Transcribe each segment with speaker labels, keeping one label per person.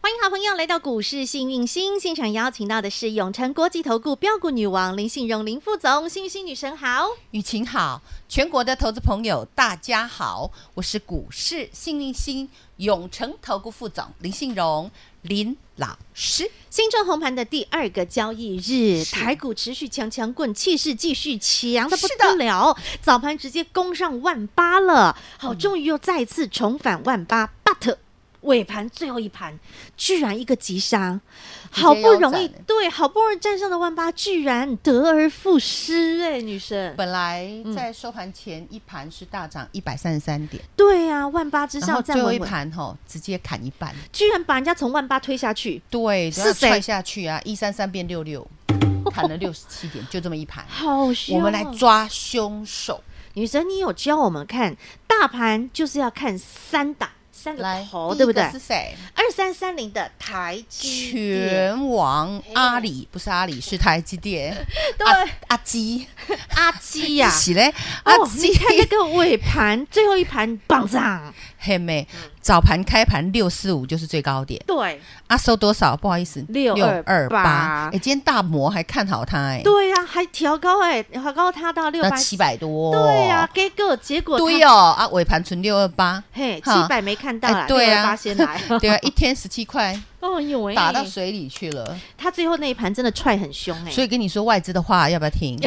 Speaker 1: 欢迎好朋友来到股市幸运星现场，邀请到的是永诚国际投顾标股女王林信荣林副总，幸运星女神好。
Speaker 2: 雨晴好，全国的投资朋友大家好，我是股市幸运星永诚投顾副总林信荣林老师。
Speaker 1: 新春红盘的第二个交易日，
Speaker 2: 是
Speaker 1: 台股持续强强棍，气势继续强的不
Speaker 2: 是的
Speaker 1: 得了，早盘直接攻上万八了，好，终于又再次重返万八、b u t 尾盘最后一盘，居然一个急杀，
Speaker 2: 直接
Speaker 1: 好不容
Speaker 2: 腰
Speaker 1: 易
Speaker 2: 斩了
Speaker 1: 对，好不容易站上的万八，居然得而复失、哎，女神，
Speaker 2: 本来
Speaker 1: 嗯
Speaker 2: 在收盘前一盘是大涨一百三十三点，
Speaker 1: 对呀、万八之
Speaker 2: 然后
Speaker 1: 上
Speaker 2: 最
Speaker 1: 站
Speaker 2: 后一
Speaker 1: 稳稳，
Speaker 2: 盘吼直接砍一半，
Speaker 1: 居然把人家从万八推下去，
Speaker 2: 对，都
Speaker 1: 是
Speaker 2: 要
Speaker 1: 谁
Speaker 2: 踹下去啊，一三三变六六，砍了六十七点，就这么一盘。
Speaker 1: 好凶！
Speaker 2: 我们来抓凶手，
Speaker 1: 女神，你有教我们看大盘，就是要看三打三个
Speaker 2: 来，
Speaker 1: 头，
Speaker 2: 第
Speaker 1: 对不
Speaker 2: 一个
Speaker 1: 对
Speaker 2: 是？谁？
Speaker 1: 二三三零的台积电，
Speaker 2: 拳王阿里不是 阿里，是台积电。
Speaker 1: 对
Speaker 2: 阿阿基
Speaker 1: 阿基啊呀、
Speaker 2: 是啊嘞，阿
Speaker 1: 哦，你
Speaker 2: 基
Speaker 1: 看那个尾盘，最后一盘棒涨，
Speaker 2: 嘿妹，早盘开盘六四五就是最高点，
Speaker 1: 对
Speaker 2: 啊收多少？不好意思，
Speaker 1: 628
Speaker 2: 哎，今天大摩还看好它哎，
Speaker 1: 对呀、还调高哎、调高它到六
Speaker 2: 那
Speaker 1: 百
Speaker 2: 七，百多，
Speaker 1: 对呀、给个结果它
Speaker 2: 对哦，啊尾盘存六 二八，
Speaker 1: 嘿，七
Speaker 2: 哈
Speaker 1: 百没看到啦，
Speaker 2: 哎对啊
Speaker 1: 八先来，
Speaker 2: 对啊，一天十七块
Speaker 1: 哦呦喂，
Speaker 2: 打到水里去了，
Speaker 1: 他最后那一盘真的踹很凶哎、
Speaker 2: 所以跟你说外资的话要不 要听？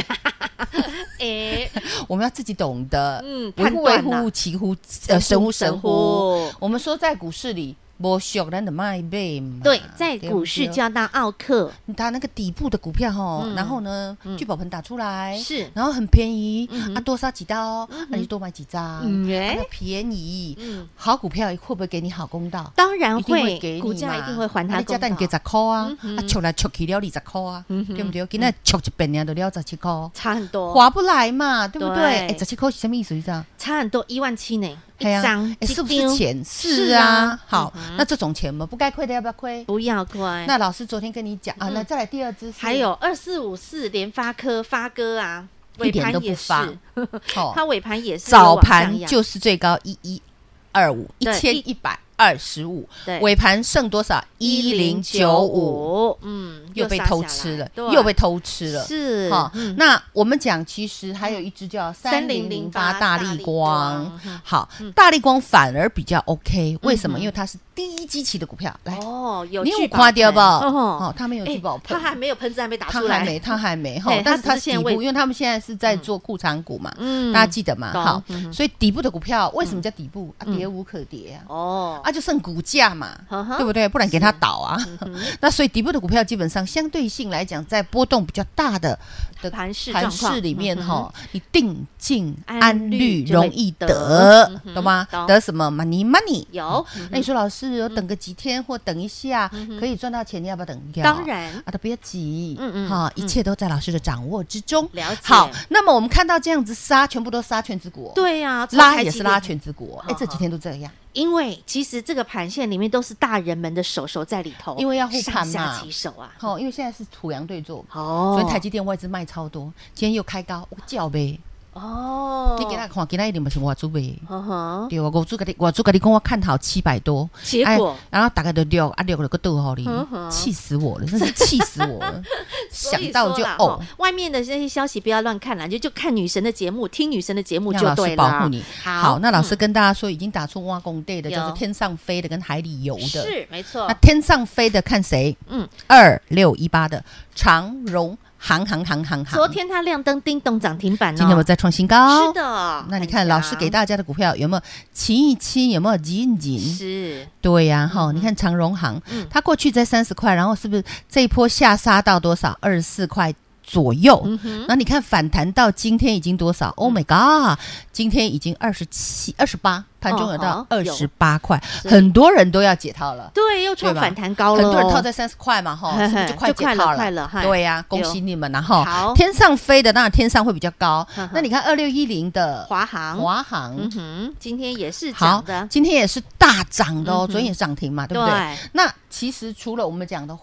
Speaker 1: 哎、
Speaker 2: 我们要自己懂得，
Speaker 1: 嗯
Speaker 2: 不
Speaker 1: 判
Speaker 2: 乎
Speaker 1: 断
Speaker 2: 为
Speaker 1: 啊
Speaker 2: 乎其乎，呃，神乎神乎。
Speaker 1: 乎。
Speaker 2: 我们说在股市里，我小咱的卖呗嘛，
Speaker 1: 对，在
Speaker 2: 对
Speaker 1: 股
Speaker 2: 不
Speaker 1: 市
Speaker 2: 对
Speaker 1: 叫当奥克，
Speaker 2: 它那个底部的股票哈，
Speaker 1: 嗯
Speaker 2: 然后呢，聚宝盆打出来
Speaker 1: 是
Speaker 2: 然后很便宜
Speaker 1: 嗯哼
Speaker 2: 啊，多杀几刀，那你多买几张，啊那
Speaker 1: 哎，
Speaker 2: 便宜
Speaker 1: 嗯，
Speaker 2: 好股票会不会给你好公道？
Speaker 1: 当然
Speaker 2: 一
Speaker 1: 嗯
Speaker 2: 定
Speaker 1: 会
Speaker 2: 会给，你
Speaker 1: 股价
Speaker 2: 嘛
Speaker 1: 一定会还
Speaker 2: 啊
Speaker 1: 他
Speaker 2: 你
Speaker 1: 公
Speaker 2: 价蛋
Speaker 1: 道
Speaker 2: 给。十块啊
Speaker 1: 嗯，哼
Speaker 2: 啊，抢来抢去了二十块啊，
Speaker 1: 嗯哼
Speaker 2: 对不对？今天抢一遍年都了十七块，
Speaker 1: 差很多，
Speaker 2: 划不来嘛，对不
Speaker 1: 对
Speaker 2: 对？哎，十七块是什么意思？你知道？
Speaker 1: 差很多，一万七呢，一
Speaker 2: 嘿啊
Speaker 1: 张
Speaker 2: 哎，是不
Speaker 1: 一
Speaker 2: 是
Speaker 1: 张
Speaker 2: 钱？
Speaker 1: 是
Speaker 2: 是
Speaker 1: 啊
Speaker 2: 啊，好
Speaker 1: 嗯哼，
Speaker 2: 那这种钱嘛，不该亏的要不要亏？
Speaker 1: 不要乖。
Speaker 2: 那老师昨天跟你讲啊，
Speaker 1: 嗯
Speaker 2: 那再来第二只是，
Speaker 1: 还有二四五四联发科发哥啊，尾
Speaker 2: 一点
Speaker 1: 盘
Speaker 2: 都
Speaker 1: 也
Speaker 2: 不
Speaker 1: 是，
Speaker 2: 发，哦
Speaker 1: 它尾盘也是
Speaker 2: 早
Speaker 1: 有往上
Speaker 2: 盘
Speaker 1: 扬
Speaker 2: 就是最高一一二五，一
Speaker 1: 对
Speaker 2: 千一百二十五
Speaker 1: 对，
Speaker 2: 尾盘剩多少？一零九五，
Speaker 1: 1095，嗯，
Speaker 2: 又被
Speaker 1: 杀下
Speaker 2: 偷
Speaker 1: 来
Speaker 2: 吃了，
Speaker 1: 对
Speaker 2: 又被偷吃了。
Speaker 1: 是
Speaker 2: 哈
Speaker 1: 嗯，
Speaker 2: 那我们讲，其实还有一只叫三零零
Speaker 1: 3008
Speaker 2: 八大力
Speaker 1: 大力
Speaker 2: 光
Speaker 1: 光嗯，
Speaker 2: 好，大力光反而比较 OK，为什
Speaker 1: 嗯
Speaker 2: 么？因为它是第一基期的股票，来，
Speaker 1: 哦，有
Speaker 2: 你
Speaker 1: 聚
Speaker 2: 有
Speaker 1: 宝
Speaker 2: 夸掉不？
Speaker 1: 盆
Speaker 2: 哦，，它没有
Speaker 1: 哎
Speaker 2: 聚宝
Speaker 1: 它
Speaker 2: 盆，
Speaker 1: 还没有喷子还没打
Speaker 2: 它
Speaker 1: 出
Speaker 2: 还
Speaker 1: 来，
Speaker 2: 没，它还 没哈
Speaker 1: 对，
Speaker 2: 但是
Speaker 1: 它
Speaker 2: 它
Speaker 1: 只是
Speaker 2: 是底
Speaker 1: 现位
Speaker 2: 部，因为他们现在是在做库藏股嘛，
Speaker 1: 嗯
Speaker 2: 大家记得嘛，
Speaker 1: 懂
Speaker 2: 好
Speaker 1: 嗯，
Speaker 2: 所以底部的股票为什么叫底部啊？跌无可跌啊，
Speaker 1: 哦，
Speaker 2: 啊就剩股价嘛
Speaker 1: 呵嗯呵，
Speaker 2: 对不对？不然给它倒啊。 那所以底部的股票基本上相对性来讲，在波动比较大的的
Speaker 1: 盘势
Speaker 2: 盘
Speaker 1: 状况
Speaker 2: 市里面
Speaker 1: 嗯哼
Speaker 2: 哈，你定静
Speaker 1: 安
Speaker 2: 安
Speaker 1: 虑
Speaker 2: 虑
Speaker 1: 就会
Speaker 2: 容易
Speaker 1: 得
Speaker 2: 得
Speaker 1: 嗯哼，
Speaker 2: 懂吗
Speaker 1: 懂？
Speaker 2: 得什么？money money
Speaker 1: 有嗯
Speaker 2: 那你说老师，我等个几天或等一下
Speaker 1: 哼
Speaker 2: 可以赚到钱，你要不要等？要
Speaker 1: 当然
Speaker 2: 啊，都不要急，
Speaker 1: 嗯嗯
Speaker 2: 哈，
Speaker 1: 嗯
Speaker 2: 一切都在老师的掌握之中。
Speaker 1: 了解
Speaker 2: 好，那么我们看到这样子杀，全部都杀全指股，，
Speaker 1: 对呀，从
Speaker 2: 拉
Speaker 1: 台
Speaker 2: 也
Speaker 1: 积
Speaker 2: 是
Speaker 1: 电
Speaker 2: 拉全指股，哎，
Speaker 1: 好
Speaker 2: 这几
Speaker 1: 好
Speaker 2: 天都这样，
Speaker 1: 因为其实这个盘线里面都是大人们的手手在里头，
Speaker 2: 因为要护盘嘛
Speaker 1: 上下其手啊。
Speaker 2: 好，因为现在是土洋对坐。
Speaker 1: 哦，
Speaker 2: 所以台积电外资卖超多，今天又开高，我叫呗。
Speaker 1: 哦，
Speaker 2: 你给他哎看，给他一点不是我主呗。
Speaker 1: 呵呵，
Speaker 2: 对，我主跟你，我主跟你讲，我看好七百多，
Speaker 1: 结
Speaker 2: 哎
Speaker 1: 果
Speaker 2: 然后大概就六啊六了个逗号里
Speaker 1: 嗯哼，
Speaker 2: 气死我了，真是气死我了，
Speaker 1: 所以
Speaker 2: 想到就哦
Speaker 1: 说啦
Speaker 2: 呕。
Speaker 1: 吼外面的这些消息不要乱看啦，就就看女神的节目，听女神的节目
Speaker 2: 让
Speaker 1: 就
Speaker 2: 老
Speaker 1: 对
Speaker 2: 师
Speaker 1: 了。
Speaker 2: 保护你。
Speaker 1: 好嗯
Speaker 2: 那老师跟大家说，已经打出挖工队的，
Speaker 1: 有
Speaker 2: 就是天上飞的跟海里游的。
Speaker 1: 是没错
Speaker 2: 那，天上飞的看谁？
Speaker 1: 嗯，
Speaker 2: 二六一八的长荣行行行行行。
Speaker 1: 昨天它亮灯叮咚涨停板哦，
Speaker 2: 今天我们再创新高。
Speaker 1: 是。的，哎
Speaker 2: 那你
Speaker 1: 很
Speaker 2: 看老师
Speaker 1: 强
Speaker 2: 给大家的股票有没有亲一亲？有没有紧紧？
Speaker 1: 是
Speaker 2: 对呀，哈，你看长荣行
Speaker 1: 嗯，
Speaker 2: 它过去在三十块，然后是不是这一波下杀到多少？二十四块左右。
Speaker 1: 嗯哼，嗯
Speaker 2: 那你看反弹到今天已经多少？Oh my god！今天已经二十七、二十八，盘中有
Speaker 1: 哦
Speaker 2: 到
Speaker 1: 好
Speaker 2: 二
Speaker 1: 有
Speaker 2: 十八块，
Speaker 1: 是
Speaker 2: 很多人都要解套了。
Speaker 1: 对，又创
Speaker 2: 对吧
Speaker 1: 反弹高了
Speaker 2: 很
Speaker 1: 哦，
Speaker 2: 多人套在三十块嘛，哈，
Speaker 1: 嘿嘿
Speaker 2: 是不是就快
Speaker 1: 就
Speaker 2: 解
Speaker 1: 快了
Speaker 2: 套了？
Speaker 1: 快了嗨
Speaker 2: 对呀、恭喜你们了啊哈
Speaker 1: 好！
Speaker 2: 天上飞的当然天上会比较高
Speaker 1: 呵呵。
Speaker 2: 那你看二六一零的
Speaker 1: 华航，
Speaker 2: 华航
Speaker 1: 嗯，哼，今天也是
Speaker 2: 好
Speaker 1: 涨的，，
Speaker 2: 今天也是大涨的哦，
Speaker 1: 嗯哼
Speaker 2: 昨天也涨停嘛，对不对？
Speaker 1: 对，嗯
Speaker 2: 那其实除了我们讲的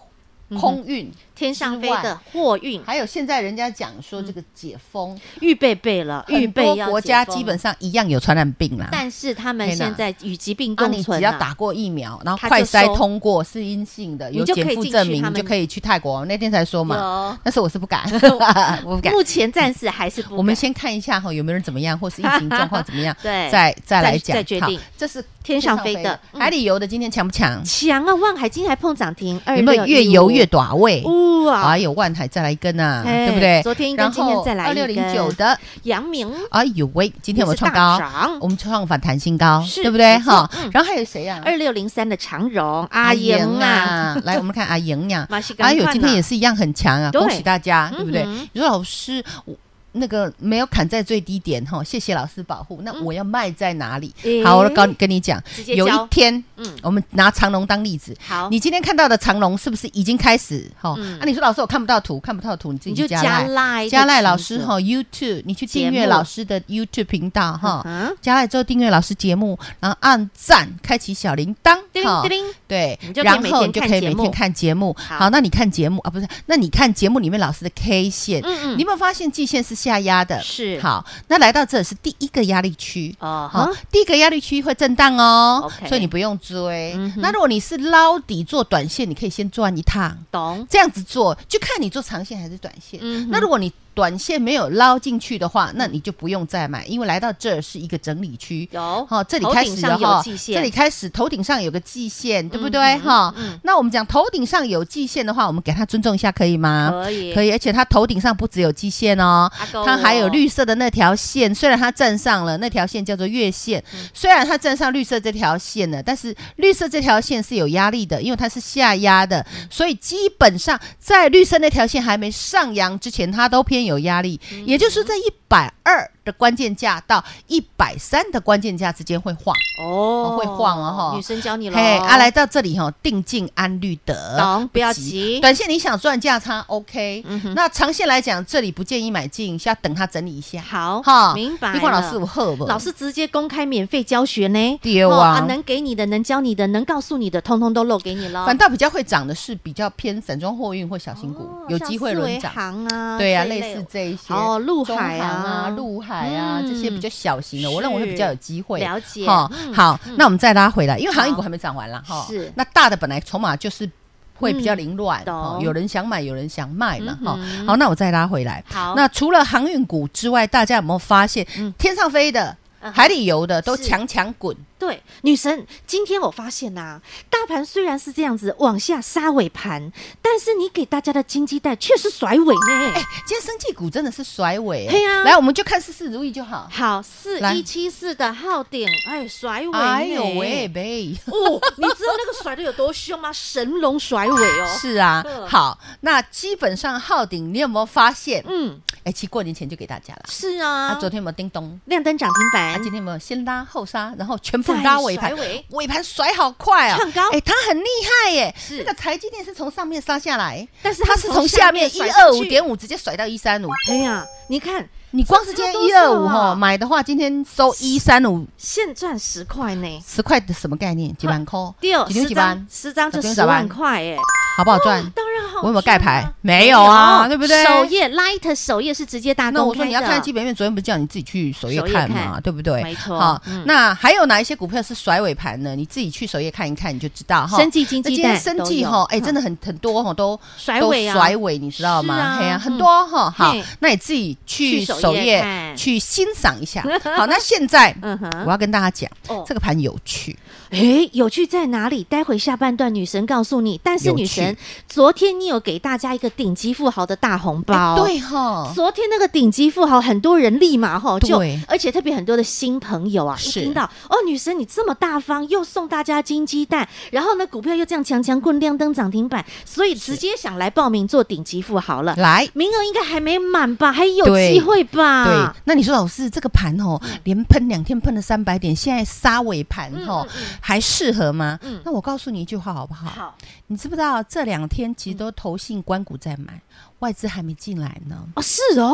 Speaker 2: 空运，
Speaker 1: 天上飞
Speaker 2: 之外
Speaker 1: 的货运
Speaker 2: 还有现在人家讲说这个解封，
Speaker 1: 预备备了，嗯预
Speaker 2: 很
Speaker 1: 备
Speaker 2: 多
Speaker 1: 要
Speaker 2: 国
Speaker 1: 解
Speaker 2: 家
Speaker 1: 封
Speaker 2: 基本，上一样有传染病啦。
Speaker 1: 但是他们
Speaker 2: 嘿呐
Speaker 1: 现在与疾病
Speaker 2: 啊，
Speaker 1: 共
Speaker 2: 你
Speaker 1: 存
Speaker 2: 只
Speaker 1: 啊，
Speaker 2: 要打过疫苗，然后
Speaker 1: 他
Speaker 2: 快
Speaker 1: 就
Speaker 2: 筛
Speaker 1: 收
Speaker 2: 通过是阴性的，
Speaker 1: 你
Speaker 2: 有
Speaker 1: 就可
Speaker 2: 减
Speaker 1: 以
Speaker 2: 负
Speaker 1: 进
Speaker 2: 证
Speaker 1: 去
Speaker 2: 明，
Speaker 1: 他
Speaker 2: 你就
Speaker 1: 们
Speaker 2: 可以去泰国。我那天才说嘛，
Speaker 1: 有
Speaker 2: 但是我是 不敢， 我不敢。
Speaker 1: 目前暂时还是不敢，，
Speaker 2: 我们先看一下哈，有没有人怎么样，或是疫情状况怎么样
Speaker 1: 对
Speaker 2: 再再来讲。
Speaker 1: 再决定
Speaker 2: 好这是
Speaker 1: 天上飞的嗯
Speaker 2: 海里游的今天强不强？
Speaker 1: 强啊，万海今天还碰涨停，
Speaker 2: 有没有越游
Speaker 1: 2615
Speaker 2: 越短位？
Speaker 1: 哇，
Speaker 2: 哎呦，万海再来一根
Speaker 1: 哦
Speaker 2: 啊，
Speaker 1: 哎
Speaker 2: 对不对？
Speaker 1: 昨天一根今天再来
Speaker 2: 二
Speaker 1: 一根
Speaker 2: 六零九的，
Speaker 1: 阳明
Speaker 2: 哎呦喂，今天我们创
Speaker 1: 也是大
Speaker 2: 高
Speaker 1: 涨，
Speaker 2: 我们创反弹新高，
Speaker 1: 是
Speaker 2: 对不对？
Speaker 1: 没错
Speaker 2: 哈
Speaker 1: 嗯，
Speaker 2: 然后还有谁啊呀？
Speaker 1: 二六零三的长荣阿莹啊，，
Speaker 2: 来我们看阿莹呀，
Speaker 1: 马西
Speaker 2: 哎
Speaker 1: 干
Speaker 2: 呦，
Speaker 1: 饭
Speaker 2: 今天
Speaker 1: 啊
Speaker 2: 也是一样很强啊，
Speaker 1: 对
Speaker 2: 恭喜大家，对不对
Speaker 1: 嗯哼？
Speaker 2: 你说老师，我那个没有砍在最低点哈，谢谢老师保护，那我要卖在哪里？
Speaker 1: 嗯诶
Speaker 2: 好，我跟跟你讲
Speaker 1: 直，接
Speaker 2: 有
Speaker 1: 教
Speaker 2: 一天，
Speaker 1: 嗯
Speaker 2: 我们拿长龙当例子。
Speaker 1: 好，
Speaker 2: 你今天看到的长龙是不是已经开始哈？
Speaker 1: 哦嗯
Speaker 2: 啊，你说老师我看不到图，看不到图，你自
Speaker 1: 你
Speaker 2: 己
Speaker 1: 就
Speaker 2: 去加
Speaker 1: 加
Speaker 2: 赖
Speaker 1: 赖
Speaker 2: 加赖老师哈 YouTube，你去订
Speaker 1: 节
Speaker 2: 阅
Speaker 1: 目嗯
Speaker 2: 老师的 YouTube 频道哈。
Speaker 1: 哈，
Speaker 2: 加来之后订阅老师节目，然后按赞，开启小铃铛，
Speaker 1: 叮
Speaker 2: 哈
Speaker 1: 铃叮铃，
Speaker 2: 对
Speaker 1: 你，就可以
Speaker 2: 然
Speaker 1: 每
Speaker 2: 后
Speaker 1: 天
Speaker 2: 你就
Speaker 1: 看
Speaker 2: 可以
Speaker 1: 节
Speaker 2: 每
Speaker 1: 目
Speaker 2: 天看节目。
Speaker 1: 好
Speaker 2: 好，那你看节目啊，不是？那你看节目里面老师的 K 线，
Speaker 1: 嗯
Speaker 2: 你有没有发现季线是下压的？
Speaker 1: 是
Speaker 2: 好，那来到这是第一个压力区。
Speaker 1: 哦
Speaker 2: 好
Speaker 1: 哈，，
Speaker 2: 第一个压力区会震荡哦
Speaker 1: OK
Speaker 2: 所以你不用追
Speaker 1: 嗯。哼
Speaker 2: 那如果你是捞底做短线，你可以先赚一趟，
Speaker 1: 懂，
Speaker 2: 这样子做就看你做长线还是短线。
Speaker 1: 嗯
Speaker 2: 那如果你短线没有捞进去的话，那你就不用再买，因为来到这是一个整理区。
Speaker 1: 有
Speaker 2: 好、这里
Speaker 1: 头
Speaker 2: 开
Speaker 1: 顶
Speaker 2: 始
Speaker 1: 上
Speaker 2: 了
Speaker 1: 有
Speaker 2: 哈，
Speaker 1: 季线
Speaker 2: 这里开始头顶上有个季线，对不对
Speaker 1: 嗯哼
Speaker 2: 哈？
Speaker 1: 嗯
Speaker 2: 那我们讲头顶上有季线的话，我们给它尊重一下，可以吗？
Speaker 1: 可以，
Speaker 2: 啊可以，而且它头顶上不只有季线哦，
Speaker 1: 阿公
Speaker 2: 它还有绿色的那条线。虽然它站上了那条线叫做月线，
Speaker 1: 嗯
Speaker 2: 虽然它站上绿色这条线了，但是绿色这条线是有压力的，因为它是下压的，
Speaker 1: 嗯
Speaker 2: 所以基本上在绿色那条线还没上扬之前，它都偏有压力。
Speaker 1: 嗯
Speaker 2: 也就是说在一百二的关键价到一百三的关键价之间会
Speaker 1: 哦
Speaker 2: 晃。哦会晃哦哈
Speaker 1: 女生教你了，
Speaker 2: 嘿，啊，来，到这里吼，定静安律得，
Speaker 1: 懂不要急
Speaker 2: 短线你想赚价差，OK，、
Speaker 1: 嗯哼
Speaker 2: 那长线来讲，这里不建议买进，需要等它整理一下。
Speaker 1: 好
Speaker 2: 哈
Speaker 1: 明白了，
Speaker 2: 玉矿老师，我喝不？
Speaker 1: 老师直接公开免费教学呢，哦
Speaker 2: 对啊
Speaker 1: 能给你的、能教你的、能告诉你的，通通都漏给你了。
Speaker 2: 反倒比较会涨的是比较偏散装货运或小型股，
Speaker 1: 哦
Speaker 2: 有机会轮涨
Speaker 1: 像。四维行啊，
Speaker 2: 对啊，
Speaker 1: 这一
Speaker 2: 类似这一些
Speaker 1: 哦陆
Speaker 2: 中
Speaker 1: 海
Speaker 2: 航
Speaker 1: 啊
Speaker 2: 陆海啊、
Speaker 1: 嗯
Speaker 2: 这些比较小型的，我认为会比较有机会。
Speaker 1: 了解
Speaker 2: 哈
Speaker 1: 嗯
Speaker 2: 好，那我们再拉回来，因为
Speaker 1: 好
Speaker 2: 航运股还没涨完啦，哈。
Speaker 1: 是嗯
Speaker 2: 那大的本来筹码就是会比较凌乱，
Speaker 1: 懂
Speaker 2: 哈有人想买，有人想卖嘛，哈
Speaker 1: 嗯哼。
Speaker 2: 好，那我再拉回来。
Speaker 1: 好，
Speaker 2: 那除了航运股之外，大家有没有发现，
Speaker 1: 嗯
Speaker 2: 天上飞的、
Speaker 1: 嗯哼
Speaker 2: 海里游的都
Speaker 1: 是
Speaker 2: 强强滚？
Speaker 1: 对女神，今天我发现呐、大盘虽然是这样子往下杀尾盘，但是你给大家的金鸡蛋却是甩尾呢。
Speaker 2: 哎、今天生技股真的是甩尾、哎
Speaker 1: 嘿啊
Speaker 2: 来，我们就看事事如意就好。
Speaker 1: 好，四
Speaker 2: 来
Speaker 1: 一七四的昊鼎，哎，甩尾呢。
Speaker 2: 哎呦喂，呗！
Speaker 1: 哦，你知道那个甩的有多凶吗？神龙甩尾哦。
Speaker 2: 是啊
Speaker 1: 嗯，
Speaker 2: 好，那基本上浩鼎，你有没有发现？
Speaker 1: 嗯，
Speaker 2: 哎、其实过年前就给大家了。
Speaker 1: 是啊，
Speaker 2: 啊，昨天有没有叮咚？
Speaker 1: 亮灯涨停
Speaker 2: 啊，
Speaker 1: 板
Speaker 2: 今，天有没有先拉后杀，然后全部
Speaker 1: 再
Speaker 2: 拉尾盘
Speaker 1: 甩尾，
Speaker 2: 尾盘甩好快啊！
Speaker 1: 创高
Speaker 2: 哎、它很厉害耶、
Speaker 1: 是
Speaker 2: 那个台积电是从上面杀下来，
Speaker 1: 但是
Speaker 2: 它
Speaker 1: 它
Speaker 2: 是
Speaker 1: 是
Speaker 2: 从
Speaker 1: 从
Speaker 2: 下
Speaker 1: 下
Speaker 2: 面
Speaker 1: 面
Speaker 2: 一
Speaker 1: 甩上
Speaker 2: 二五
Speaker 1: 去
Speaker 2: 点五直接甩到一三五。
Speaker 1: 哎呀，你看
Speaker 2: 你光是今天
Speaker 1: 差
Speaker 2: 一
Speaker 1: 多
Speaker 2: 二
Speaker 1: 少
Speaker 2: 五哈
Speaker 1: 啊
Speaker 2: 买的话，今天收一三五
Speaker 1: 现赚十块呢，
Speaker 2: 十块的什么概念？几 万块？
Speaker 1: 第二
Speaker 2: 几
Speaker 1: 哦
Speaker 2: 天
Speaker 1: 十
Speaker 2: 几万
Speaker 1: 张？十张就
Speaker 2: 几天
Speaker 1: 十
Speaker 2: 几万
Speaker 1: 万块哎，
Speaker 2: 好不好赚？
Speaker 1: 当然好、啊
Speaker 2: 我有没有盖牌？？没有啊，对不对？
Speaker 1: 首页 Light 首页是直接大公开
Speaker 2: 那
Speaker 1: 的。
Speaker 2: 我说你要看基本面，昨天不是叫你自己去首页
Speaker 1: 首页
Speaker 2: 看嘛，
Speaker 1: 看
Speaker 2: 对不对？
Speaker 1: 没错
Speaker 2: 好
Speaker 1: 嗯，
Speaker 2: 那还有哪一些股票是甩尾盘呢？你自己去首页看一看，你就知道哈。
Speaker 1: 生技金
Speaker 2: 那今
Speaker 1: 鸡
Speaker 2: 天
Speaker 1: 蛋，
Speaker 2: 生计哈，哎，真
Speaker 1: 的
Speaker 2: 的很很多哈，都
Speaker 1: 甩
Speaker 2: 都
Speaker 1: 尾啊，
Speaker 2: 甩尾，你知道
Speaker 1: 是
Speaker 2: 吗？
Speaker 1: 啊
Speaker 2: 嘿呀，
Speaker 1: 嗯
Speaker 2: 很多哈。好
Speaker 1: 嘿，
Speaker 2: 那你自己去
Speaker 1: 去首页
Speaker 2: 首页
Speaker 1: 看
Speaker 2: 去欣赏 一下。好，那现在
Speaker 1: 嗯
Speaker 2: 我
Speaker 1: 哼，
Speaker 2: 要跟大家讲
Speaker 1: 哦，
Speaker 2: 这个盘有趣。
Speaker 1: 哎，有趣在哪里？待会下半段女神告诉你。但是
Speaker 2: 有趣
Speaker 1: 女神昨天你有给大家一个顶级富豪的大红包，
Speaker 2: 对哈，
Speaker 1: 昨天那个顶级富豪，很多人立马哈就
Speaker 2: 对，
Speaker 1: 而且特别很多的新朋友啊，一
Speaker 2: 是
Speaker 1: 听到哦，女神你这么大方，又送大家金鸡蛋，然后呢，股票又这样强强棍亮灯涨停板，所以直接想来报名做顶级富豪了。
Speaker 2: 来。
Speaker 1: 名额应该还没满吧？还有
Speaker 2: 对
Speaker 1: 机会吧？
Speaker 2: 对，那你说老师这个盘哦，
Speaker 1: 嗯
Speaker 2: 连喷两天喷了三百点，现在杀尾盘哦，
Speaker 1: 嗯
Speaker 2: 还适合吗？那我告诉你一句话好不好？
Speaker 1: 好，
Speaker 2: 你知不知道这两天其实都投信关谷在买，
Speaker 1: 嗯
Speaker 2: 外资还没进来呢。
Speaker 1: 哦，是哦，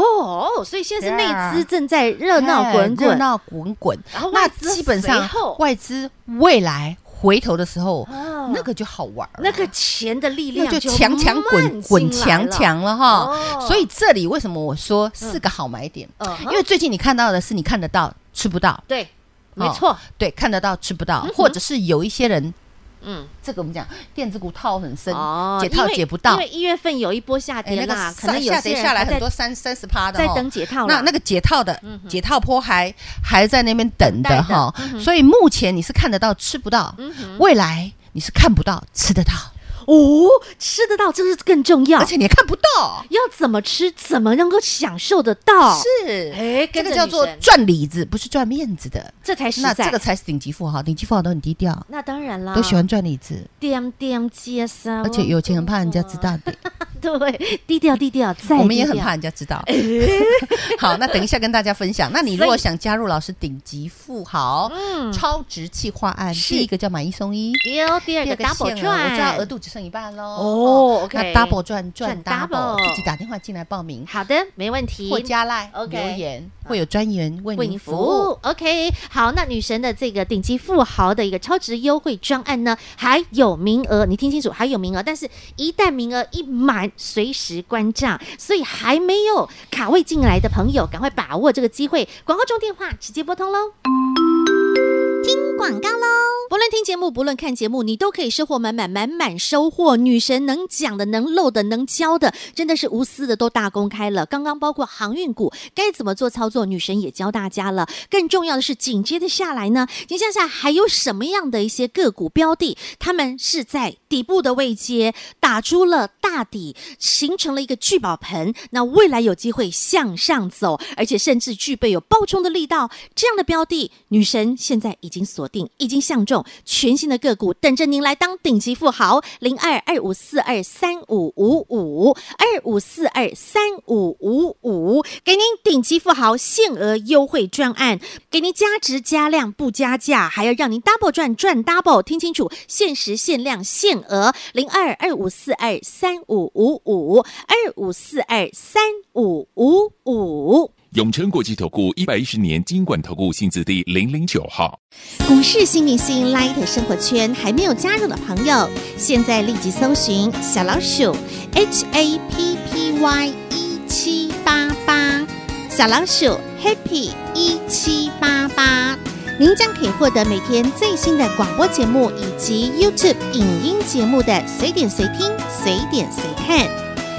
Speaker 1: 哦所以现在是内资
Speaker 2: Yeah
Speaker 1: 正在热闹滚
Speaker 2: 啊哎热
Speaker 1: 滚，
Speaker 2: 闹滚滚。
Speaker 1: 然后
Speaker 2: 那
Speaker 1: 外资
Speaker 2: 基本
Speaker 1: 随
Speaker 2: 上
Speaker 1: 后
Speaker 2: 外资未来回头的时候，
Speaker 1: 哦
Speaker 2: 那个就好玩儿了，
Speaker 1: 那个钱的力
Speaker 2: 那
Speaker 1: 量
Speaker 2: 就强强滚滚强强了哈。
Speaker 1: 哦嗯
Speaker 2: 所以这里为什么我说是个好买点？
Speaker 1: 慢进来了，因
Speaker 2: 因为哦最近你看到的是你看得到吃不到，
Speaker 1: 对，没错，
Speaker 2: 对，看得到吃不到
Speaker 1: 嗯，哼
Speaker 2: 或者是有一些人。
Speaker 1: 嗯，
Speaker 2: 这个我们讲电子股套很深
Speaker 1: 哦，
Speaker 2: 解套
Speaker 1: 因为
Speaker 2: 解不到
Speaker 1: 因，为一月份有一波下
Speaker 2: 哎，
Speaker 1: 跌
Speaker 2: 那个
Speaker 1: 啦，可
Speaker 2: 上
Speaker 1: 能有
Speaker 2: 下
Speaker 1: 些
Speaker 2: 跌
Speaker 1: 人
Speaker 2: 下来
Speaker 1: 还
Speaker 2: 很
Speaker 1: 在
Speaker 2: 多三三十趴的
Speaker 1: 在
Speaker 2: 哦
Speaker 1: 等解套啦，嗯
Speaker 2: 那那个解套的、解套坡还还在那边等
Speaker 1: 等待
Speaker 2: 的
Speaker 1: 的嗯
Speaker 2: 哈，所以目前你是看得到吃不到，未来你是看不到吃得到，
Speaker 1: 哦，吃得到这是更重要
Speaker 2: 而，且你也看不到，
Speaker 1: 要怎么吃，怎么能够享受得到？
Speaker 2: 是
Speaker 1: 哎
Speaker 2: 这
Speaker 1: 跟着
Speaker 2: 个叫做
Speaker 1: 女神
Speaker 2: 赚里子，不是赚面子的。
Speaker 1: 这才实
Speaker 2: 那
Speaker 1: 在。啊
Speaker 2: 这个才是顶级富豪，顶级富豪都很低调，
Speaker 1: 那当然啦，
Speaker 2: 都喜欢赚里子，
Speaker 1: 点点介绍，
Speaker 2: 而且有钱很怕人家知
Speaker 1: 啊
Speaker 2: 道的，
Speaker 1: 对，低调低调，再
Speaker 2: 我们也
Speaker 1: 低
Speaker 2: 很
Speaker 1: 调
Speaker 2: 怕人家知道。 好，那等一下跟大家分享。那你如果想加入老师顶级富豪超值企划案，
Speaker 1: 嗯是
Speaker 2: 第一个叫买一送一，
Speaker 1: 丢第二
Speaker 2: 第
Speaker 1: 个
Speaker 2: 二个
Speaker 1: double
Speaker 2: 限额我知道
Speaker 1: 赚，
Speaker 2: 额度只剩一半喽。
Speaker 1: 哦，OK
Speaker 2: 那 double 赚赚
Speaker 1: 赚
Speaker 2: double，
Speaker 1: double
Speaker 2: 自己打电话进来报名，
Speaker 1: 好的，没问题，
Speaker 2: 或加赖
Speaker 1: OK
Speaker 2: 留言，会有专员为
Speaker 1: 为
Speaker 2: 您
Speaker 1: 您服
Speaker 2: 服务。
Speaker 1: 务。OK，好，那女神的这个顶级富豪的一个超值优惠专案呢，还有名额，你听清楚，还有名额，但是一旦名额一满，随时关账，所以还没有卡位进来的朋友，赶快把握这个机会，广告中电话直接拨通喽。广告喽！不论听节目，不论看节目，你都可以收获满满满满收获。女神能讲的、能漏的、能教的，真的是无私的都大公开了。刚刚包括航运股该怎么做操作，女神也教大家了。更重要的是，紧接着下来呢，紧接着下来还有什么样的一些个股标的，他们是在底部的位阶打出了大底，形成了一个聚宝盆，那未来有机会向上走，而且甚至具备有爆冲的力道。这样的标的，女神现在已经锁定，已经相中全新的个股，等着您来当顶级富豪。零二二五四二三五五五二五四二三五五五，给您顶级富豪限额优惠专案，给您加值加量不加价，还要让您 double 赚赚 double，听清楚，限时限量限额零二二五四二三五五五二五四二三五五五。
Speaker 3: 永诚国际投顾一百一十年金管投顾新字第零零九号，
Speaker 1: 股市新明星 Light 生活圈还没有加入的朋友，现在立即搜寻小老鼠 HAPPY 一 E 七八八，小老鼠 Happy 一七八八，您将可以获得每天最新的广播节目以及 YouTube 影音节目的随点随听、随点随看。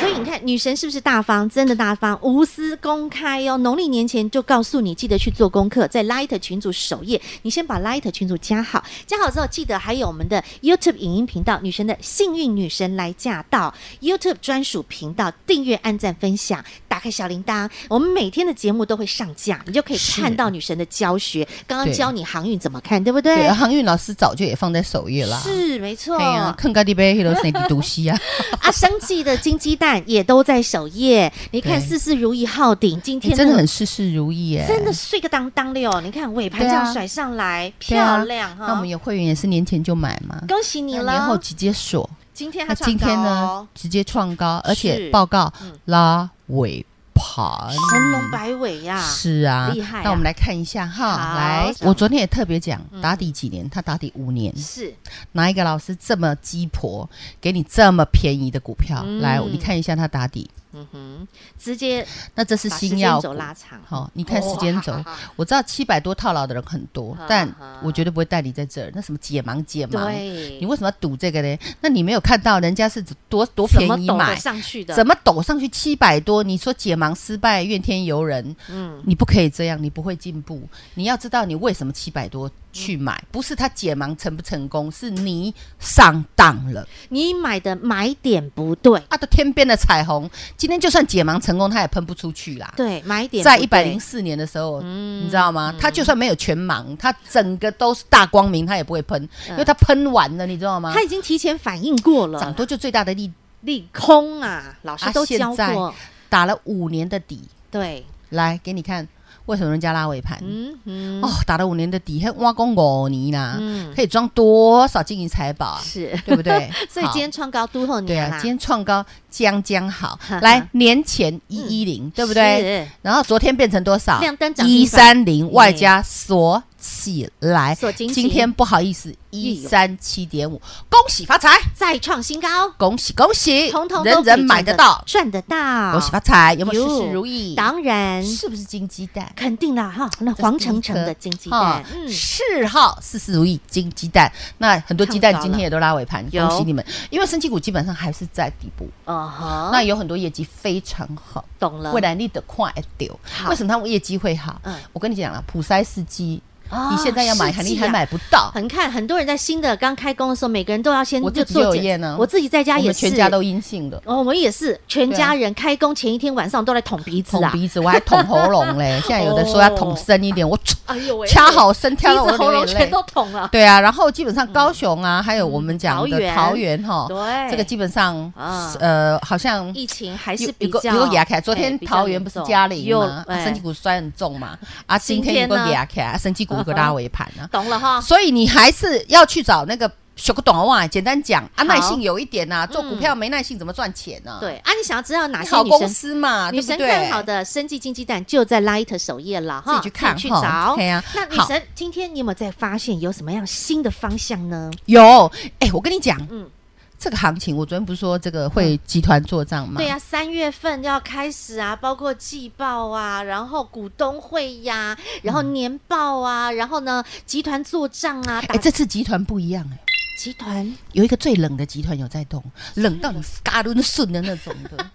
Speaker 1: 所以你看，女神是不是大方？真的大方，无私公开哦。农历年前就告诉你，记得去做功课，在 Light 群组首页，你先把 Light 群组加好，加好之后，记得还有我们的 YouTube 影音频道“女神的幸运女神来驾到 ”YouTube 专属频道，订阅、按赞、分享，打开小铃铛，我们每天的节目都会上架，你就可以
Speaker 2: 是
Speaker 1: 看到女神的教学。刚刚
Speaker 2: 对
Speaker 1: 教你航运怎么看，对不对？
Speaker 2: 对，航运老师早就也放在首页啦。
Speaker 1: 是哦没错。
Speaker 2: 哎呀，坑咖喱杯黑罗森的毒西啊！
Speaker 1: 啊，生计的金鸡蛋也都在首页。你看，
Speaker 2: 对
Speaker 1: 事事如意，浩鼎今
Speaker 2: 你
Speaker 1: 天
Speaker 2: 真
Speaker 1: 那
Speaker 2: 的
Speaker 1: 个
Speaker 2: 很事事如意耶，
Speaker 1: 真的碎个当当的哦。你看尾盘这
Speaker 2: 对啊
Speaker 1: 样甩上来，
Speaker 2: 对啊
Speaker 1: 漂亮哈。
Speaker 2: 那我们有会员也是年前就买嘛，
Speaker 1: 恭喜你
Speaker 2: 那年后
Speaker 1: 了。
Speaker 2: 直接锁。
Speaker 1: 今天
Speaker 2: 那
Speaker 1: 还
Speaker 2: 今天
Speaker 1: 哦
Speaker 2: 呢，直接创高，而且报告
Speaker 1: 嗯
Speaker 2: 拉尾盘，
Speaker 1: 神龙摆尾呀，
Speaker 2: 是啊，
Speaker 1: 厉害啊
Speaker 2: 那我们来看一下
Speaker 1: 好
Speaker 2: 哈，来，
Speaker 1: 想嗯
Speaker 2: 我昨天也特别讲，打底几年，他打底五年，
Speaker 1: 是
Speaker 2: 哪一个老师这么鸡婆，给你这么便宜的股票？
Speaker 1: 嗯
Speaker 2: 来，你看一下他打底，
Speaker 1: 嗯哼，直接
Speaker 2: 那这是
Speaker 1: 把时
Speaker 2: 新
Speaker 1: 间
Speaker 2: 药
Speaker 1: 轴
Speaker 2: 股。
Speaker 1: 拉长。
Speaker 2: 好、你看时间轴，
Speaker 1: 哦好好好
Speaker 2: 我知道七百多套牢的人很多，
Speaker 1: 哈
Speaker 2: 但
Speaker 1: 哈
Speaker 2: 我绝对不会带你在这儿。那什么解盲解盲，
Speaker 1: 对，
Speaker 2: 你为什么要赌这个呢？那你没有看到人家是多多
Speaker 1: 怎
Speaker 2: 便
Speaker 1: 么
Speaker 2: 宜
Speaker 1: 抖得
Speaker 2: 买，
Speaker 1: 上去的？
Speaker 2: 怎么抖上去七百多？你说解盲失败，怨天尤人，
Speaker 1: 嗯，
Speaker 2: 你不可以这样，你不会进步。你要知道你为什么七百多去买，
Speaker 1: 嗯
Speaker 2: 不是他解盲成不成功，是你上当了。
Speaker 1: 你买的买点不对，
Speaker 2: 啊，都天边的彩虹，今天就算解盲成功，它也喷不出去啦。
Speaker 1: 对，买点
Speaker 2: 在
Speaker 1: 不
Speaker 2: 一
Speaker 1: 对嗯
Speaker 2: 百零四年的时候，你知道吗？它就算没有全盲，它整个都是大光明，它也不会喷，因为它喷完了，你知道吗
Speaker 1: 他？已经提前反应过嗯了，
Speaker 2: 涨多就最大的利，
Speaker 1: 利空啊，老师
Speaker 2: 啊
Speaker 1: 都
Speaker 2: 现
Speaker 1: 教
Speaker 2: 在
Speaker 1: 过，
Speaker 2: 打了五年的底，
Speaker 1: 对，
Speaker 2: 来给你看为什么人家拉尾盘。
Speaker 1: 嗯嗯，
Speaker 2: 哦，打了五年的底，还挖工五年啦，
Speaker 1: 嗯
Speaker 2: 可以装多少金银财 宝啊？
Speaker 1: 是，？
Speaker 2: 对不对
Speaker 1: 所以今天创高都后
Speaker 2: 好对
Speaker 1: 年
Speaker 2: 啊，
Speaker 1: 啦，
Speaker 2: 今天创高将将好，来年前一一零，对不对？
Speaker 1: 嗯是？
Speaker 2: 然后昨天变成多少？
Speaker 1: 亮灯涨
Speaker 2: 一
Speaker 1: 停
Speaker 2: 三
Speaker 1: 板
Speaker 2: 零外加锁起来，
Speaker 1: 锁哎紧紧
Speaker 2: 今天不好意思，一三七点五，恭喜发财，
Speaker 1: 再创新高，
Speaker 2: 恭喜恭喜，
Speaker 1: 通通都
Speaker 2: 人
Speaker 1: 可以
Speaker 2: 人买得
Speaker 1: 赚
Speaker 2: 到，
Speaker 1: 赚得到，哎
Speaker 2: 恭喜发财，有没有
Speaker 1: 哟
Speaker 2: 事事如意？
Speaker 1: 当然，
Speaker 2: 是不是金鸡蛋？
Speaker 1: 肯定啦哈，那
Speaker 2: 这是
Speaker 1: 黄
Speaker 2: 第一
Speaker 1: 澄澄
Speaker 2: 颗
Speaker 1: 的金鸡蛋
Speaker 2: 哈，
Speaker 1: 嗯，
Speaker 2: 四号事事如意金鸡蛋，那很多鸡蛋
Speaker 1: 创高
Speaker 2: 今天也都拉尾盘，
Speaker 1: 有
Speaker 2: 恭喜你们！因为升级股基本上还是在底部，
Speaker 1: 哦哈，
Speaker 2: 那有很多业绩非常好，
Speaker 1: 懂了，
Speaker 2: 未来你得快丢
Speaker 1: 好。
Speaker 2: 为什么他们业绩会好
Speaker 1: 嗯？
Speaker 2: 我跟你讲了，普筛司机，
Speaker 1: 哦
Speaker 2: 你现在要买，
Speaker 1: 世纪
Speaker 2: 你
Speaker 1: 啊
Speaker 2: 还买不到。
Speaker 1: 很看很多人在新的刚开工的时候，每个人都要先
Speaker 2: 我
Speaker 1: 就
Speaker 2: 自己
Speaker 1: 做
Speaker 2: 有
Speaker 1: 检
Speaker 2: 验啊
Speaker 1: 我自己在家
Speaker 2: 我
Speaker 1: 也
Speaker 2: 们
Speaker 1: 是，
Speaker 2: 全家都阴性的，
Speaker 1: 哦，我们也是，全家人开工前一天晚上都来捅鼻子
Speaker 2: 捅
Speaker 1: 啊，
Speaker 2: 鼻子，我还捅喉 咙嘞。现在有的说要捅深一点，我
Speaker 1: 哎呦喂，
Speaker 2: 掐好深，
Speaker 1: 鼻
Speaker 2: 挑到我
Speaker 1: 子
Speaker 2: 的
Speaker 1: 喉咙
Speaker 2: 流
Speaker 1: 全
Speaker 2: 眼泪
Speaker 1: 都捅了，
Speaker 2: 对啊，然后基本上高雄啊，还有我们讲
Speaker 1: 嗯桃园
Speaker 2: 的桃园哈，
Speaker 1: 对
Speaker 2: 这个基本上
Speaker 1: 啊
Speaker 2: 呃，好像
Speaker 1: 疫情还是比
Speaker 2: 有个
Speaker 1: 较
Speaker 2: 有个牙起来。昨天
Speaker 1: 哎比较
Speaker 2: 桃园不是加
Speaker 1: 严重
Speaker 2: 零吗？
Speaker 1: 又
Speaker 2: 啊
Speaker 1: 哎
Speaker 2: 生技股摔很重嘛，啊，今
Speaker 1: 今
Speaker 2: 天
Speaker 1: 天
Speaker 2: 又
Speaker 1: 呢嗯
Speaker 2: 牙起来，啊生技股又拉尾盘啊。
Speaker 1: 懂了哈，
Speaker 2: 所以你还是要去找那个学个短袜。简单讲啊，
Speaker 1: 好嗯
Speaker 2: 耐性有一点呐、做股票没耐性怎么赚钱呢、，
Speaker 1: 对啊，你想要知道哪些
Speaker 2: 嗯好
Speaker 1: 女
Speaker 2: 公
Speaker 1: 生？
Speaker 2: 司嘛，
Speaker 1: 女
Speaker 2: 对不
Speaker 1: 神
Speaker 2: 对
Speaker 1: 看？好的生计金鸡蛋就在 Light 首页了哈，
Speaker 2: 自己去看
Speaker 1: 去
Speaker 2: 哈
Speaker 1: 找。
Speaker 2: 对啊
Speaker 1: 那女
Speaker 2: 好
Speaker 1: 神今天你有没有在发现有什么样新的方向呢？
Speaker 2: 有，哎、我跟你讲，
Speaker 1: 嗯
Speaker 2: 这个行情，我昨天不是说这个会集团做账吗？
Speaker 1: 对啊呀、三月份要开始啊，包括季报啊，然后股东会呀、然后年报啊，然后呢集团做账啊，打
Speaker 2: 嗯哎、这次集团不一样哎、
Speaker 1: 集团
Speaker 2: 有一个最冷的集团有在动，冷到你嘎抡顺的那种 的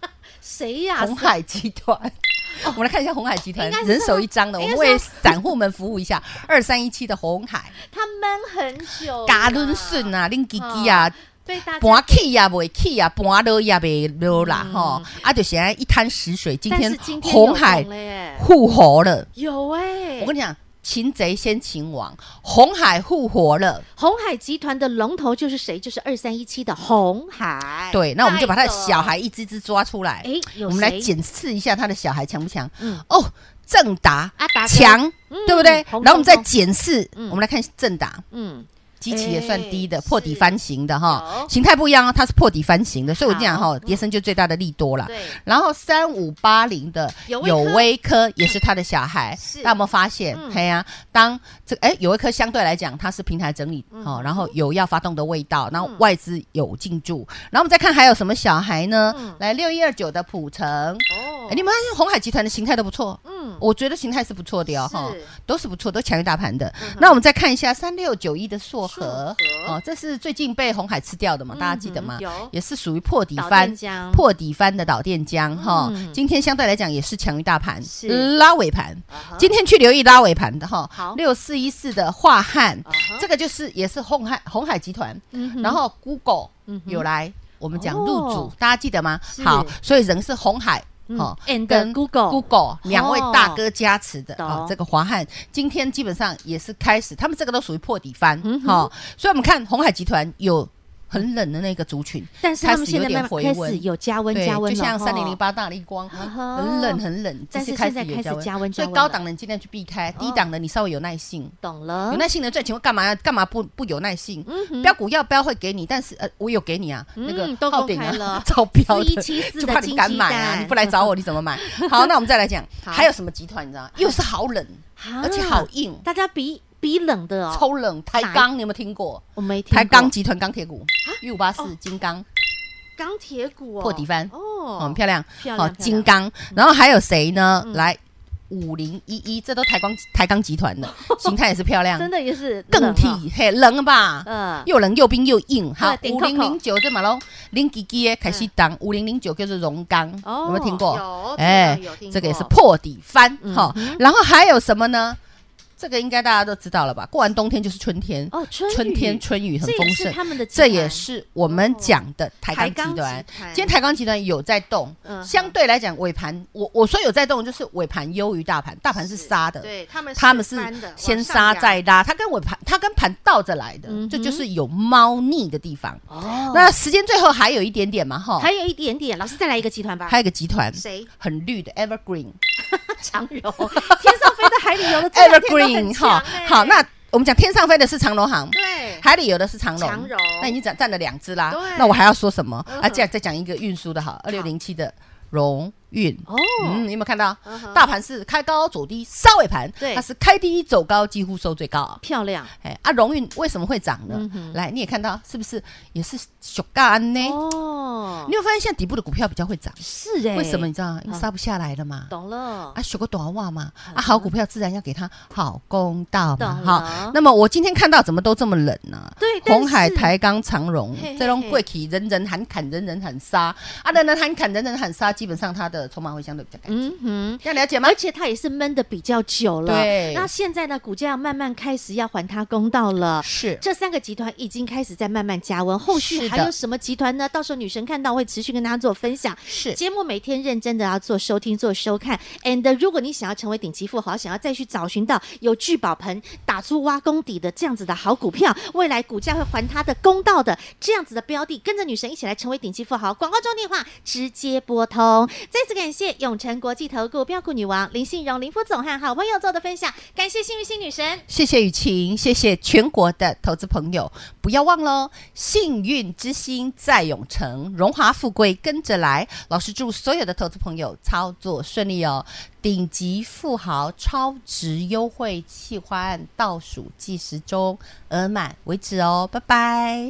Speaker 1: 谁呀、
Speaker 2: 红海集团。我们来看一下红海集团
Speaker 1: 哦应该，是
Speaker 2: 人手一张的，我
Speaker 1: 应该
Speaker 2: 们
Speaker 1: 是
Speaker 2: 为散户们服务 一下。二三一七的红海，
Speaker 1: 他闷很久、
Speaker 2: 嘎抡顺
Speaker 1: 啊，
Speaker 2: 啊，恁吉吉啊，
Speaker 1: 被大家
Speaker 2: 搬起也袂起啊，搬落也袂落啦吼、啊，就现在一滩死水。今
Speaker 1: 嗯但
Speaker 2: 天
Speaker 1: 是今天
Speaker 2: 红海
Speaker 1: 有懂了耶
Speaker 2: 复活了，
Speaker 1: 有哎、
Speaker 2: 我跟你讲，擒贼先擒王，红海复活了。
Speaker 1: 红海集团的龙头就是谁？就是二三一七的红海。
Speaker 2: 对，那我们就把他的小
Speaker 1: 带
Speaker 2: 孩一只只抓出来，
Speaker 1: 诶有
Speaker 2: 我们来
Speaker 1: 谁
Speaker 2: 检视一下他的小孩强不强。
Speaker 1: 嗯
Speaker 2: 哦，正达
Speaker 1: 阿达哥
Speaker 2: 强
Speaker 1: 嗯，
Speaker 2: 对不对？
Speaker 1: 红
Speaker 2: 然后我们再
Speaker 1: 中
Speaker 2: 检视，
Speaker 1: 嗯
Speaker 2: 我们来看正达。
Speaker 1: 的，嗯，
Speaker 2: 基期也算低的，
Speaker 1: 哎
Speaker 2: 破底翻型的哈
Speaker 1: 有，
Speaker 2: 形态不一样哦，它是破底翻型的，所以我讲
Speaker 1: 哎好嗯
Speaker 2: 哈，跌升就最大的利多了。
Speaker 1: 对，
Speaker 2: 然后三五八零的
Speaker 1: 有
Speaker 2: 有
Speaker 1: 威科
Speaker 2: 威科也是他的小孩
Speaker 1: 是，
Speaker 2: 大家有没有发现
Speaker 1: 嗯？
Speaker 2: 嘿呀，当这个哎有威科相对来讲它是平台整理
Speaker 1: 嗯
Speaker 2: 哦，然后有要发动的味道，然后外资有进驻，然后我们再看还有什么小孩
Speaker 1: 嗯
Speaker 2: 呢？来六一二九的普城，
Speaker 1: 哦
Speaker 2: 哎，你们发现红海集团的形态都不错，
Speaker 1: 嗯，
Speaker 2: 我觉得形态是不错的哦，哈
Speaker 1: 是，嗯
Speaker 2: 都是不错，都强于大盘的。那我们再看一下三六九一的硕和
Speaker 1: 硕，和
Speaker 2: 哦，这是最近被红海吃掉的嘛，大家记得吗
Speaker 1: 嗯哼？有
Speaker 2: 也是属于破底
Speaker 1: 导
Speaker 2: 翻
Speaker 1: 电浆，
Speaker 2: 破底翻的导电浆哈
Speaker 1: 嗯，
Speaker 2: 今天相对来讲也是强于大盘
Speaker 1: 是，
Speaker 2: 拉尾盘。
Speaker 1: 啊哈
Speaker 2: 今天去留意拉尾盘的哈
Speaker 1: 好，
Speaker 2: 六四一四的华汉
Speaker 1: 啊哈，
Speaker 2: 这个就是也是红海红海集团，
Speaker 1: 嗯哼
Speaker 2: 然后 Google
Speaker 1: 嗯哼
Speaker 2: 有来我们讲
Speaker 1: 哦
Speaker 2: 入主，大家记得吗
Speaker 1: 是？
Speaker 2: 好，所以人是红海。
Speaker 1: 嗯
Speaker 2: 哦
Speaker 1: and Google 哦
Speaker 2: Google Google 两位大哥加持的
Speaker 1: 懂
Speaker 2: 哦，这个华汉今天基本上也是开始，他们这个都属于破底翻，
Speaker 1: 嗯哼
Speaker 2: 好，所以我们看红海集团有很冷的那个族群，
Speaker 1: 但是他
Speaker 2: 开始
Speaker 1: 们现在
Speaker 2: 有
Speaker 1: 慢
Speaker 2: 点
Speaker 1: 慢
Speaker 2: 回
Speaker 1: 开
Speaker 2: 温
Speaker 1: 始有加温
Speaker 2: 对，
Speaker 1: 加温了，
Speaker 2: 就像
Speaker 1: 吼
Speaker 2: 三零零，八大力光，
Speaker 1: 啊哈
Speaker 2: 很冷很冷，
Speaker 1: 但是
Speaker 2: 这些
Speaker 1: 现在
Speaker 2: 有
Speaker 1: 开始
Speaker 2: 加温
Speaker 1: 加温
Speaker 2: 所以
Speaker 1: 加温了哦
Speaker 2: 高档的你尽量去避开，低档的你稍微有耐性。
Speaker 1: 懂了
Speaker 2: 有，耐性的赚钱，我干嘛干嘛不不有耐性？
Speaker 1: 哦嗯哼
Speaker 2: 标股要标会给你，但是呃，我有给你啊，
Speaker 1: 嗯
Speaker 2: 那个
Speaker 1: 都
Speaker 2: 昊
Speaker 1: 公
Speaker 2: 鼎
Speaker 1: 开了
Speaker 2: 啊， 招标的，
Speaker 1: 4174
Speaker 2: 就
Speaker 1: 的
Speaker 2: 怕你
Speaker 1: 金
Speaker 2: 敢
Speaker 1: 鸡
Speaker 2: 买啊，
Speaker 1: 蛋
Speaker 2: 你不来找我你怎 么买？好，那我们再来讲，
Speaker 1: 好
Speaker 2: 还有什么集团你知道吗？又是好冷，
Speaker 1: 啊
Speaker 2: 而且好硬，
Speaker 1: 大家比比冷的哦，
Speaker 2: 超冷。台钢你有没有听过？
Speaker 1: 我没听
Speaker 2: 台
Speaker 1: 过啊哦
Speaker 2: 钢集团钢铁股一五八四金刚
Speaker 1: 钢铁股哦
Speaker 2: 破底翻
Speaker 1: 哦，哦
Speaker 2: 很漂亮，
Speaker 1: 漂
Speaker 2: 好
Speaker 1: 亮，嗯
Speaker 2: 金刚，然后还有谁呢？来，五零一一，这都台光台钢集团 的，形态也是漂亮，
Speaker 1: 真的也是
Speaker 2: 更
Speaker 1: 冷哦
Speaker 2: 体嘿冷吧，
Speaker 1: 呃，
Speaker 2: 又冷又冰又硬，好
Speaker 1: 对，顶
Speaker 2: 五
Speaker 1: 啊扣
Speaker 2: 零
Speaker 1: 扣
Speaker 2: 零九这马龙零几几的开始当，五零零九就是荣钢，
Speaker 1: 哦
Speaker 2: 有没有听过？
Speaker 1: 有
Speaker 2: 哎
Speaker 1: 这个有听过
Speaker 2: 这个也是破底翻
Speaker 1: 嗯
Speaker 2: 哈。然后还有什么呢？这个应该大家都知道了吧？过完冬天就是春天，
Speaker 1: 哦，春
Speaker 2: 春
Speaker 1: 雨
Speaker 2: 天春雨很
Speaker 1: 这也
Speaker 2: 丰
Speaker 1: 是
Speaker 2: 盛，
Speaker 1: 他们的集
Speaker 2: 这也
Speaker 1: 团
Speaker 2: 是我们讲的台
Speaker 1: 台
Speaker 2: 钢
Speaker 1: 钢
Speaker 2: 集团
Speaker 1: 集团。
Speaker 2: 今天台钢集团有在动
Speaker 1: 嗯，
Speaker 2: 相对来讲尾盘，我我说有在动，就是尾盘优于大盘，大盘是杀的，
Speaker 1: 对他们
Speaker 2: 他们是
Speaker 1: 翻的
Speaker 2: 先
Speaker 1: 往上
Speaker 2: 杀
Speaker 1: 扬
Speaker 2: 再拉，它跟尾盘，它跟盘倒着来的
Speaker 1: 嗯哼，
Speaker 2: 这就是有猫腻的地方。
Speaker 1: 哦，
Speaker 2: 那时间最后还有一点点嘛，哈，
Speaker 1: 还有一点点，老师再来一个集团吧，
Speaker 2: 还有一个集团
Speaker 1: 谁？
Speaker 2: 很绿的 Evergreen，
Speaker 1: 长荣， 天上飞的海里游的 这两天都很强
Speaker 2: Evergreen 哈
Speaker 1: 欸，
Speaker 2: 好，那我们讲天上飞的是长龙航，
Speaker 1: 对，
Speaker 2: 海里游的是长龙，
Speaker 1: 长荣
Speaker 2: 那已经占占了两只啦
Speaker 1: 对。
Speaker 2: 那我还要说什么
Speaker 1: 嗯
Speaker 2: 啊？这样再讲一个运输的好，二六零七的荣运。
Speaker 1: 哦，
Speaker 2: 嗯，你有没有看到
Speaker 1: 嗯哼
Speaker 2: 大盘是开高走低杀尾盘？
Speaker 1: 对
Speaker 2: 它是开低走高，几乎收最高啊。
Speaker 1: 漂亮，
Speaker 2: 哎啊，荣运为什么会涨呢？
Speaker 1: 嗯哼
Speaker 2: 来，你也看到是不是也是小嘎安呢？
Speaker 1: 哦
Speaker 2: 你，有发现现在底部的股票比较会涨，
Speaker 1: 是哎，
Speaker 2: 为什么你知道吗？因为
Speaker 1: 嗯
Speaker 2: 杀不下来了嘛。
Speaker 1: 懂了
Speaker 2: 啊，？选个短袜嘛，啊，好股票自然要给它好公道
Speaker 1: 懂
Speaker 2: 嘛。
Speaker 1: 了
Speaker 2: 好，那么我今天看到怎么都这么冷呢、
Speaker 1: 对但
Speaker 2: 红海、
Speaker 1: 是
Speaker 2: 台钢、长荣
Speaker 1: 嘿嘿
Speaker 2: 这种
Speaker 1: 嘿
Speaker 2: 贵企，人人喊砍，人人喊杀啊，人人喊砍，人人喊杀，基本上它的筹码会相对比较干净，
Speaker 1: 嗯哼。
Speaker 2: 这样了解吗
Speaker 1: 而？且它也是闷的比较久了，
Speaker 2: 对
Speaker 1: 那现在呢，股价慢慢开始要还它公道了。
Speaker 2: 是，
Speaker 1: 这三个集团已经开始在慢慢加温，后续
Speaker 2: 是的
Speaker 1: 还有什么集团呢？到时候女神看到会持续跟大家做分享。
Speaker 2: 是
Speaker 1: 节目每天认真的要做收听、做收看。And 如果你想要成为顶级富豪，想要再去找寻到有聚宝盆、打出挖工底的这样子的好股票，未来股价会还它的公道的这样子的标的，跟着女神一起来成为顶级富豪。广告中电话直接拨通。再次感谢永诚国际投顾标股女王林信荣林副总和好朋友做的分享，感谢幸运星女神。
Speaker 2: 谢谢雨晴，谢谢全国的投资朋友，不要忘喽！幸运之星在永城，荣华富贵跟着来。老师祝所有的投资朋友操作顺利哦！顶级富豪超值优惠企划案倒数计时中，额满为止哦，拜拜。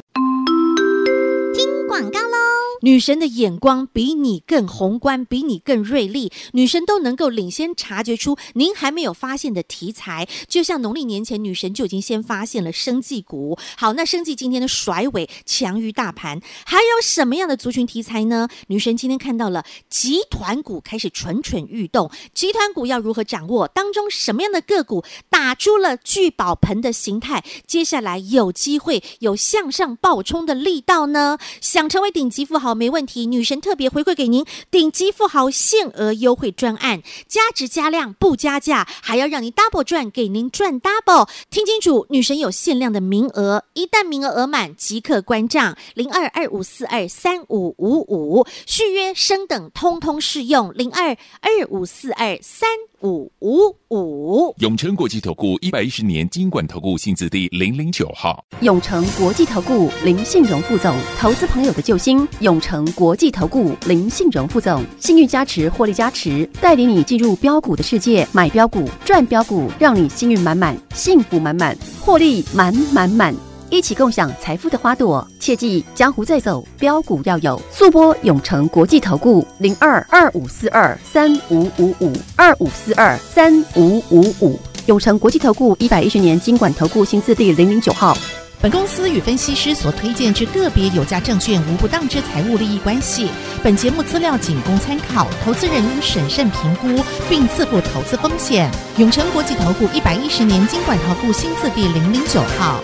Speaker 4: 广告喽。
Speaker 1: 女神的眼光比你更宏观，比你更锐利，女神都能够领先察觉出您还没有发现的题材。就像农历年前，女神就已经先发现了生技股。好，那生技今天的甩尾强于大盘，还有什么样的族群题材呢？女神今天看到了集团股开始蠢蠢欲动，集团股要如何掌握？当中什么样的个股打出了聚宝盆的形态？接下来有机会有向上爆冲的力道呢？想成为顶级富豪没问题，女神特别回馈给您顶级富豪限额优惠专案，加值加量不加价，还要让你 double 赚，给您赚 double。听清楚，女神有限量的名额，一旦名额额满即刻关账，零二二五四二三五五五续约升等，通通适用，零二二五四二三五五五。
Speaker 3: 永诚国际投顾一百一十年金管投顾性质第零零九号。
Speaker 5: 永诚国际投顾林信荣副总，投资朋友的救星。永诚国际投顾林信荣副总，幸运加持，获利加持，带领你进入标股的世界，买标股，赚标股，让你幸运满满，幸福满满，获利满满满。一起共享财富的花朵，切记江湖再走，标股要有。速播永诚国际投顾零二二五四二三五五五二五四二三五五五。永诚国际投顾一百一十年经管投顾新字第零零九号。
Speaker 6: 本公司与分析师所推荐之个别有价证券无不当之财务利益关系。本节目资料仅供参考，投资人应审慎评估并自负投资风险。永诚国际投顾一百一十年经管投顾新字第零零九号。